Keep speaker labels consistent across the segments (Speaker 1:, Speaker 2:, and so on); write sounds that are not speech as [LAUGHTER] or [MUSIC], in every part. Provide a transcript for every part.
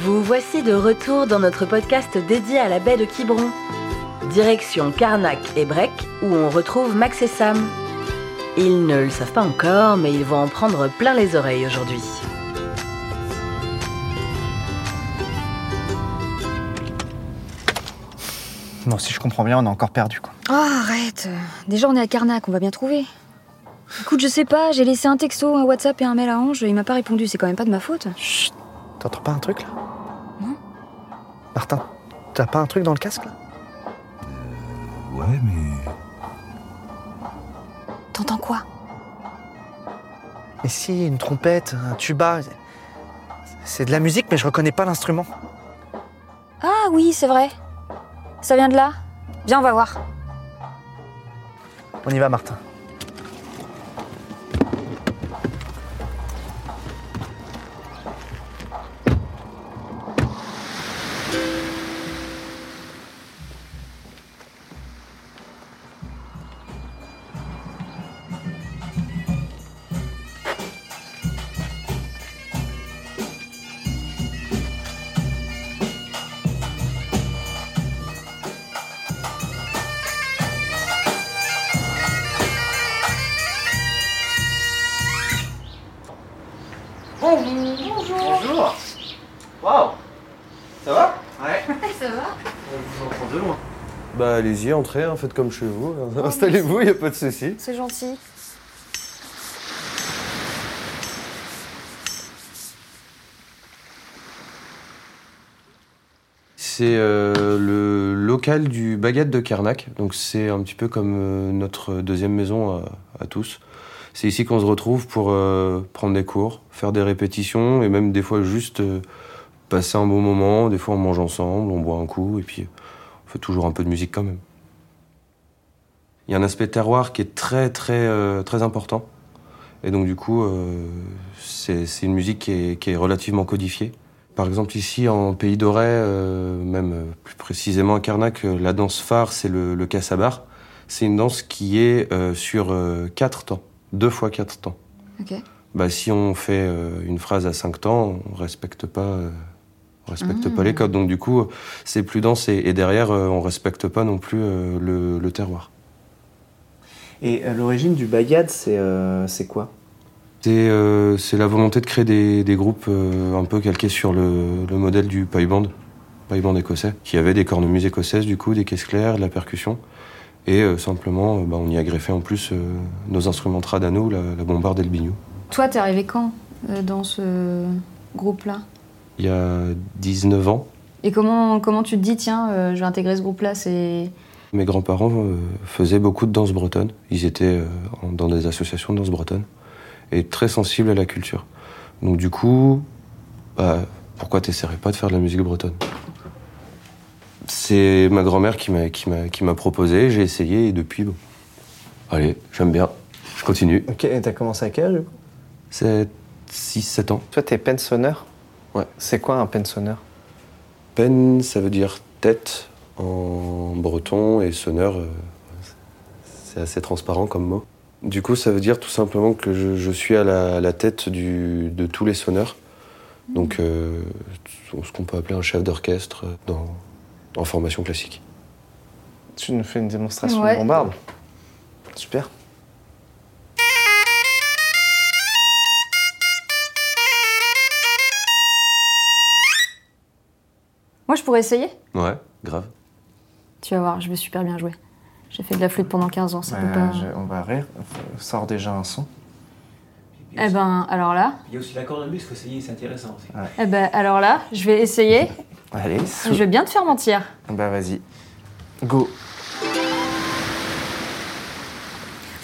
Speaker 1: Vous voici de retour dans notre podcast dédié à la baie de Quiberon. Direction Carnac et Brec, où on retrouve Max et Sam. Ils ne le savent pas encore, mais ils vont en prendre plein les oreilles aujourd'hui.
Speaker 2: Bon, si je comprends bien, on a encore perdu quoi.
Speaker 3: Oh, arrête Déjà, on est à Carnac, on va bien trouver. Écoute, je sais pas, j'ai laissé un texto, un WhatsApp et un mail à Ange, il m'a pas répondu, c'est quand même pas de ma faute.
Speaker 2: Chut T'entends pas un truc là
Speaker 3: Non.
Speaker 2: Martin, t'as pas un truc dans le casque là
Speaker 4: Ouais, mais.
Speaker 3: T'entends quoi
Speaker 2: Mais si, une trompette, un tuba. C'est de la musique, mais je reconnais pas l'instrument.
Speaker 3: Ah oui, c'est vrai. Ça vient de là Viens, on va voir.
Speaker 2: On y va, Martin. Bonjour Waouh Ça va Ouais.
Speaker 3: Ça va
Speaker 2: On vous entend de loin.
Speaker 4: Bah, allez-y, entrez, hein, faites comme chez vous. Installez-vous, y a pas de souci.
Speaker 3: C'est gentil.
Speaker 4: C'est euh, le local du Baguette de Carnac. Donc, c'est un petit peu comme euh, notre deuxième maison à, à tous. C'est ici qu'on se retrouve pour euh, prendre des cours, faire des répétitions et même des fois juste euh, passer un bon moment. Des fois, on mange ensemble, on boit un coup et puis euh, on fait toujours un peu de musique quand même. Il y a un aspect terroir qui est très, très, euh, très important. Et donc, du coup, euh, c'est c'est une musique qui est, qui est relativement codifiée. Par exemple, ici, en Pays d'Auray, euh, même euh, plus précisément à Carnac, euh, la danse phare, c'est le, le kassabar. C'est une danse qui est euh, sur euh, quatre temps, deux fois quatre temps.
Speaker 3: Ok.
Speaker 4: Bah, si on fait euh, une phrase à cinq temps, on respecte pas, euh, on respecte
Speaker 3: Mmh.
Speaker 4: pas les codes. Donc, du coup, euh, c'est plus dense et, et derrière, euh, on respecte pas non plus euh, le- le terroir.
Speaker 2: Et euh, l'origine du bagad, c'est euh, c'est quoi
Speaker 4: C'est euh, c'est la volonté de créer des, des groupes euh, un peu calqués sur le, le modèle du pipe band, pipe band écossais, qui avait des cornemuses écossaises, du coup, des caisses claires, de la percussion. Et euh, simplement, euh, bah, on y a greffé en plus euh, nos instruments trad à nous, la, la bombarde et le biniou.
Speaker 3: Toi, t'es arrivé quand euh, dans ce groupe-là
Speaker 4: Il y a 19 ans,
Speaker 3: Et comment, comment tu te dis, tiens, euh, je vais intégrer ce groupe-là C'est.
Speaker 4: mes grands-parents euh, faisaient beaucoup de danse bretonne. Ils étaient euh, en- dans des associations de danse bretonne et très sensibles à la culture. Donc du coup, bah, pourquoi t'essaierais pas de faire de la musique bretonne C'est ma grand-mère qui m'a, qui, m'a, qui m'a proposé, j'ai essayé et depuis, bon, allez, j'aime bien, je continue.
Speaker 2: Ok, et t'as commencé à quel âge du coup
Speaker 4: C'est 6-7 ans.
Speaker 2: Toi, t'es pensonneur
Speaker 4: Ouais.
Speaker 2: C'est quoi un pensonneur
Speaker 4: Pen, ça veut dire tête en breton et sonneur, euh, c'est assez transparent comme mot. Du coup, ça veut dire tout simplement que je, je suis à la, à la tête du- de tous les sonneurs. Donc, euh, ce qu'on peut appeler un chef d'orchestre dans, en formation classique.
Speaker 2: Tu nous fais une démonstration
Speaker 3: Ouais.
Speaker 2: de bombarde Super.
Speaker 3: Moi, je pourrais essayer
Speaker 4: Ouais, grave.
Speaker 3: Tu vas voir, je vais super bien jouer. J'ai fait de la flûte pendant 15 ans, ça peut
Speaker 2: Euh,
Speaker 3: pas.
Speaker 2: je- on va rire. Sors déjà un son.
Speaker 3: Eh ben, alors là.
Speaker 5: Il y a aussi la cornemuse, il faut essayer, c'est intéressant aussi.
Speaker 3: Eh ben, alors là, je vais essayer.
Speaker 2: Allez, sou-
Speaker 3: Je vais bien te faire mentir.
Speaker 2: Bah vas-y. Go.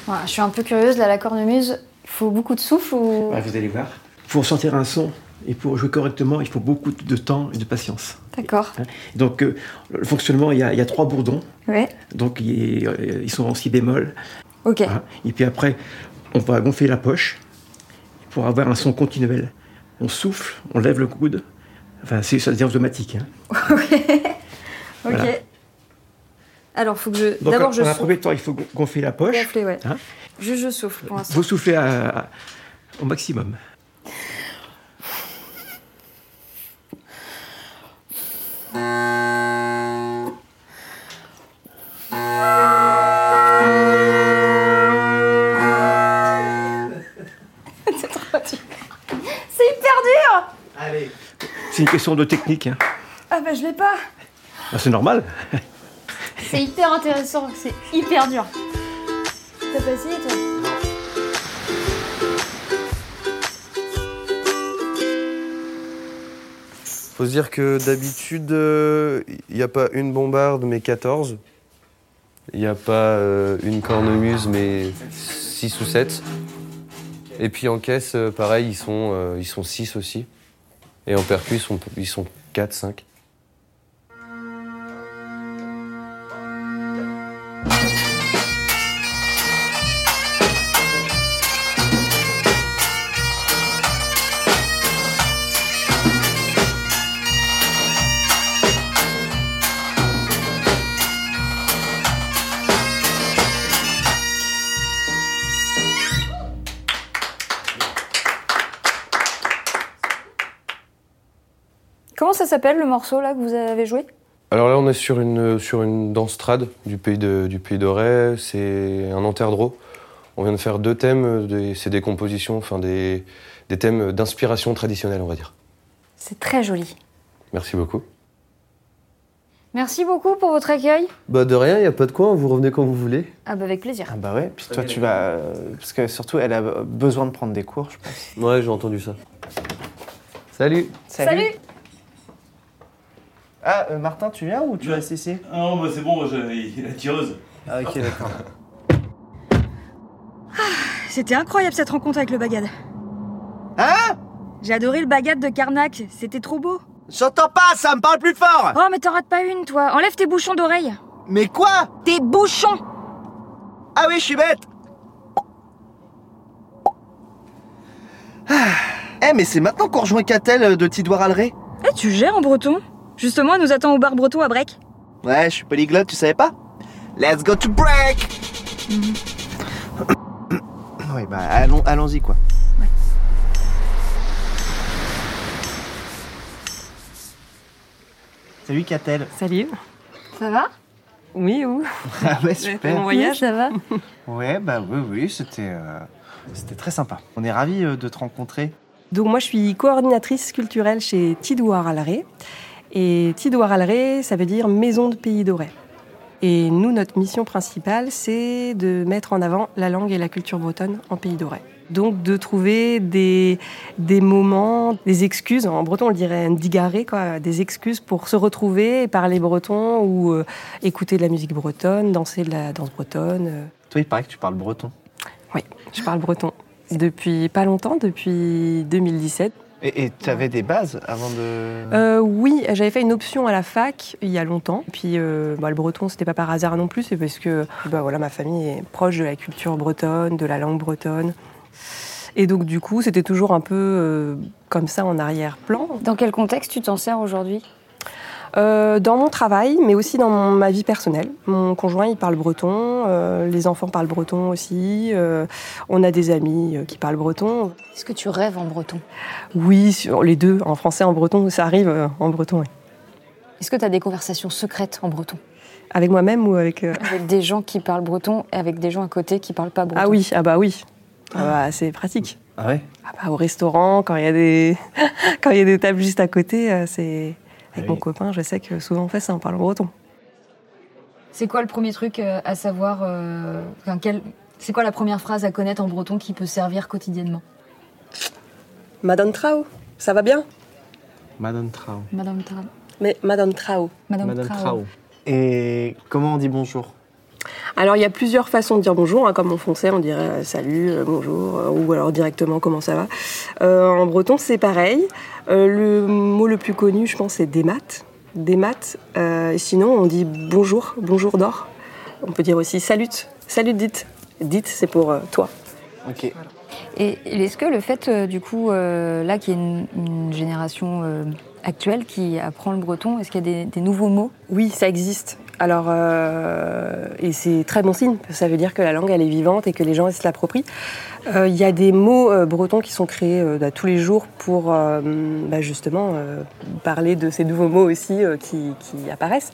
Speaker 3: Voilà, je suis un peu curieuse, là, la cornemuse, il faut beaucoup de souffle ou.
Speaker 5: Ouais, vous allez voir. Pour sentir un son et pour jouer correctement, il faut beaucoup de temps et de patience.
Speaker 3: D'accord.
Speaker 5: Donc, euh, le fonctionnement, il y, a, il y a trois bourdons.
Speaker 3: Ouais.
Speaker 5: Donc, il est- euh, ils sont en si bémol.
Speaker 3: Ok.
Speaker 5: hein. Et puis après, on va gonfler la poche pour avoir un son continuel. On souffle, on lève le coude. Enfin, c'est ça devient automatique. hein.
Speaker 3: Ok.
Speaker 5: Voilà.
Speaker 3: Alors, faut que je.
Speaker 5: Donc,
Speaker 3: D'abord, je
Speaker 5: en un
Speaker 3: souffle.
Speaker 5: premier temps, il faut gon- gonfler la poche.
Speaker 3: Gonfler, ouais.
Speaker 5: Hein
Speaker 3: Juste, je souffle pour l'instant.
Speaker 5: Vous soufflez à- à- au maximum. Allez. C'est une question de technique. hein.
Speaker 6: Ah bah je l'ai pas
Speaker 5: Bah, c'est normal.
Speaker 7: C'est hyper intéressant, c'est hyper dur.
Speaker 6: T'as pas essayé toi
Speaker 4: Faut se dire que d'habitude, il n'y a pas une bombarde, mais 14. Il n'y a pas euh, une cornemuse, mais 6 ou 7. Et puis en caisse, euh, pareil, ils sont, euh, ils sont 6 aussi. Et en percu, ils sont, ils sont 4, 5.
Speaker 6: Comment ça s'appelle le morceau là que vous avez joué
Speaker 4: Alors là, on est sur une, sur une danse trad du pays de, du pays d'Auray. C'est un enterdro. On vient de faire deux thèmes, euh, des- c'est des compositions, enfin des, des thèmes d'inspiration traditionnelle, on va dire.
Speaker 6: C'est très joli.
Speaker 4: Merci beaucoup.
Speaker 7: Merci beaucoup pour votre accueil.
Speaker 4: Bah de rien, y a pas de quoi, vous revenez quand vous voulez.
Speaker 7: Ah bah avec plaisir.
Speaker 2: Ah bah ouais, puis toi tu vas... euh, Parce que surtout elle a besoin de prendre des cours, je pense.
Speaker 4: Ouais, j'ai entendu ça. Salut
Speaker 7: Salut
Speaker 2: Ah, euh, Martin, tu viens ou tu restes ici
Speaker 8: Ah non, bah c'est bon, je- il a tireuse.
Speaker 2: Ah ok, d'accord.
Speaker 3: C'était incroyable cette rencontre avec le bagad.
Speaker 2: Hein
Speaker 3: J'ai adoré le bagad de Karnak, c'était trop beau.
Speaker 2: J'entends pas, ça me parle plus fort
Speaker 3: Oh, mais t'en rates pas une, toi. Enlève tes bouchons d'oreille.
Speaker 2: Mais quoi
Speaker 3: Tes bouchons
Speaker 2: Ah oui, je suis bête Ah. Eh, mais c'est maintenant qu'on rejoint Catel euh, de Tidouar Alré
Speaker 3: Eh, tu gères en breton Justement, elle nous attend au bar breton à Brec.
Speaker 2: Ouais, je suis polyglotte, tu savais pas Let's go to break [COUGHS] Oui, bah allons, allons-y quoi. Salut Catel.
Speaker 9: Salut.
Speaker 6: Ça va
Speaker 9: Oui, où
Speaker 2: Ah ouais,
Speaker 9: Mon
Speaker 2: super.
Speaker 9: voyage
Speaker 6: ça
Speaker 7: [LAUGHS]
Speaker 6: va.
Speaker 2: Ouais, bah oui, oui, c'était, euh, c'était très sympa. On est ravis euh, de te rencontrer.
Speaker 9: Donc moi, je suis coordinatrice culturelle chez Tidouar Alaré. Et Tidouar Alaré, ça veut dire maison de pays doré. Et nous, notre mission principale, c'est de mettre en avant la langue et la culture bretonne en pays doré. Donc de trouver des, des moments, des excuses, en breton on le dirait un digaré, quoi, des excuses pour se retrouver, et parler breton ou euh, écouter de la musique bretonne, danser de la danse bretonne. euh,
Speaker 2: Toi, il paraît que tu parles breton.
Speaker 9: Je parle breton depuis pas longtemps, depuis 2017.
Speaker 2: Et tu avais des bases avant de.
Speaker 9: Euh, oui, j'avais fait une option à la fac il y a longtemps. Puis euh, bah, le breton, c'était pas par hasard non plus, c'est parce que bah, voilà, ma famille est proche de la culture bretonne, de la langue bretonne. Et donc du coup, c'était toujours un peu euh, comme ça en arrière-plan.
Speaker 6: Dans quel contexte tu t'en sers aujourd'hui
Speaker 9: Euh, dans mon travail, mais aussi dans mon- ma vie personnelle. Mon conjoint, il parle breton, euh, les enfants parlent breton aussi, euh, on a des amis euh, qui parlent breton.
Speaker 7: Est-ce que tu rêves en breton
Speaker 9: Oui, sur les deux, en français, en breton, ça arrive euh, en breton, oui.
Speaker 7: Est-ce que tu as des conversations secrètes en breton
Speaker 9: Avec moi-même ou avec... euh,
Speaker 7: Avec des gens qui parlent breton et avec des gens à côté qui parlent pas breton
Speaker 9: Ah oui, ah bah oui. Ah bah, c'est pratique.
Speaker 2: Ah ouais
Speaker 9: Ah bah, au restaurant, quand il y a des [LAUGHS] quand il y a des tables juste à côté, euh, c'est avec
Speaker 2: Ah
Speaker 9: mon
Speaker 2: oui.
Speaker 9: copain, je sais que souvent on fait ça, on parle breton.
Speaker 7: C'est quoi le premier truc euh, à savoir euh, enfin, quel- C'est quoi la première phrase à connaître en breton qui peut servir quotidiennement
Speaker 9: Madame Trao, ça va bien
Speaker 2: Madame Trao.
Speaker 7: Madame Tra...
Speaker 9: Mais Madame Trao.
Speaker 7: Madame, Trao.
Speaker 2: Et comment on dit bonjour
Speaker 9: Alors il y a plusieurs façons de dire bonjour, hein, comme en français on dirait euh, salut, euh, bonjour, euh, ou alors directement comment ça va. Euh, en breton c'est pareil. Euh, le mot le plus connu je pense c'est des maths. Des maths. Euh, sinon on dit bonjour, bonjour d'or. On peut dire aussi salut, salut dites. Dites c'est pour euh, toi.
Speaker 2: Ok.
Speaker 7: Et, et est-ce que le fait, euh, du coup, euh, là, qu'il y ait une, une génération euh, actuelle qui apprend le breton, est-ce qu'il y a des, des nouveaux mots
Speaker 9: Oui, ça existe. Alors, euh, et c'est très bon signe, parce que ça veut dire que la langue, elle est vivante et que les gens, ils se l'approprient. Euh, Il y a des mots euh, bretons qui sont créés euh, bah, tous les jours pour euh, bah, justement euh, parler de ces nouveaux mots aussi euh, qui, qui apparaissent.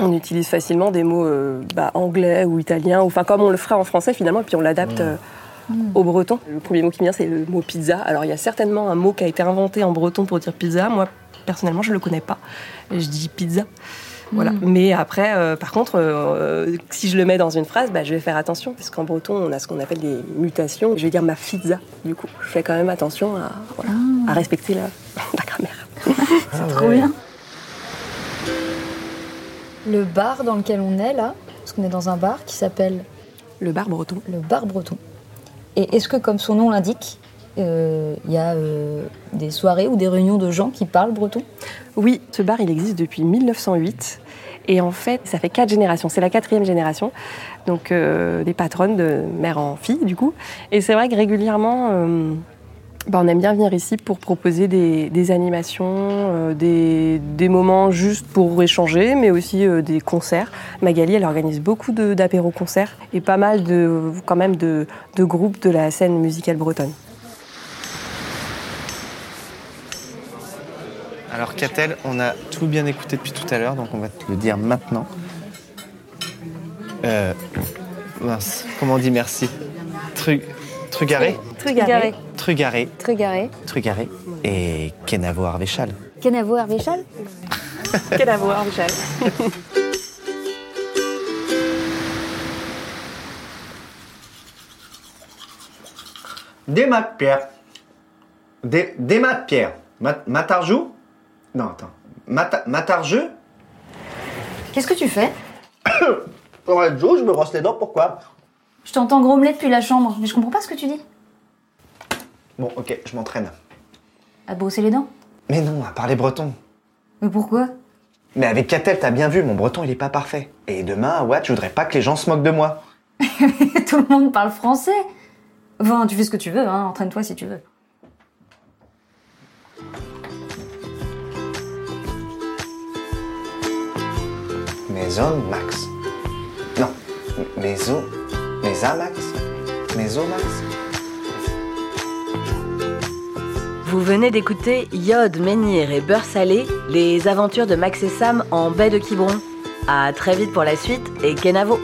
Speaker 9: On utilise facilement des mots euh, bah, anglais ou italiens, ou enfin comme on le ferait en français finalement, et puis on l'adapte euh, au breton. Le premier mot qui me vient, c'est le mot pizza. Alors, il y a certainement un mot qui a été inventé en breton pour dire pizza. Moi, personnellement, je ne le connais pas. Je dis pizza. Voilà. Mais après, euh, par contre, euh, si je le mets dans une phrase, bah, je vais faire attention, parce qu'en breton, on a ce qu'on appelle des mutations. Je vais dire ma pizza, du coup. Je fais quand même attention à, voilà, à respecter la, [LAUGHS] la grammaire.
Speaker 7: Trop bien. Le bar dans lequel on est là, parce qu'on est dans un bar qui s'appelle
Speaker 9: Le bar breton.
Speaker 7: le bar breton. Et est-ce que, comme son nom l'indique, euh, il y a euh, des soirées ou des réunions de gens qui parlent breton
Speaker 9: Oui, ce bar, il existe depuis 1908. Et en fait, ça fait quatre générations. C'est la quatrième génération. Donc, euh, des patronnes de mère en fille, du coup. Et c'est vrai que régulièrement, euh, bah, on aime bien venir ici pour proposer des, des animations, euh, des, des moments juste pour échanger, mais aussi euh, des concerts. Magali, elle organise beaucoup de- d'apéro-concerts et pas mal de, quand même de, de groupes de la scène musicale bretonne.
Speaker 2: Alors, Catel, on a tout bien écouté depuis tout à l'heure, donc on va te le dire maintenant. Euh. Mince, comment on dit merci Tru... Trugaré
Speaker 6: Trugaré.
Speaker 2: Trugaré.
Speaker 7: Trégaré.
Speaker 2: Trugaré. Et Kenavo Arvéchal.
Speaker 7: Kenavo Hervéchal
Speaker 9: Quelle avoir, Michel
Speaker 10: Des maths Pierre. Des, des maths Pierre. Mat- Matarjou Non, attends. Mata, Matarjeu
Speaker 7: Qu'est-ce que tu fais
Speaker 10: Pour être jour, je me brosse les dents, pourquoi
Speaker 7: Je t'entends grommeler depuis la chambre, mais je comprends pas ce que tu dis.
Speaker 10: Bon, ok, je m'entraîne.
Speaker 7: À te brosser les dents
Speaker 10: Mais non, à parler breton.
Speaker 7: Mais pourquoi [LAUGHS]
Speaker 10: Mais avec Catel, t'as bien vu, mon breton, il est pas parfait. Et demain, à Watt, je voudrais pas que les gens se moquent de moi.
Speaker 7: Tout le monde parle français. Enfin, tu fais ce que tu veux, hein, entraîne-toi si tu veux.
Speaker 10: Maison Max. Non, Maison... Maison Max Maison Max
Speaker 1: Vous venez d'écouter Yod, Menhir et Beurre Salé, les aventures de Max et Sam en baie de Quiberon. À très vite pour la suite et Kenavo!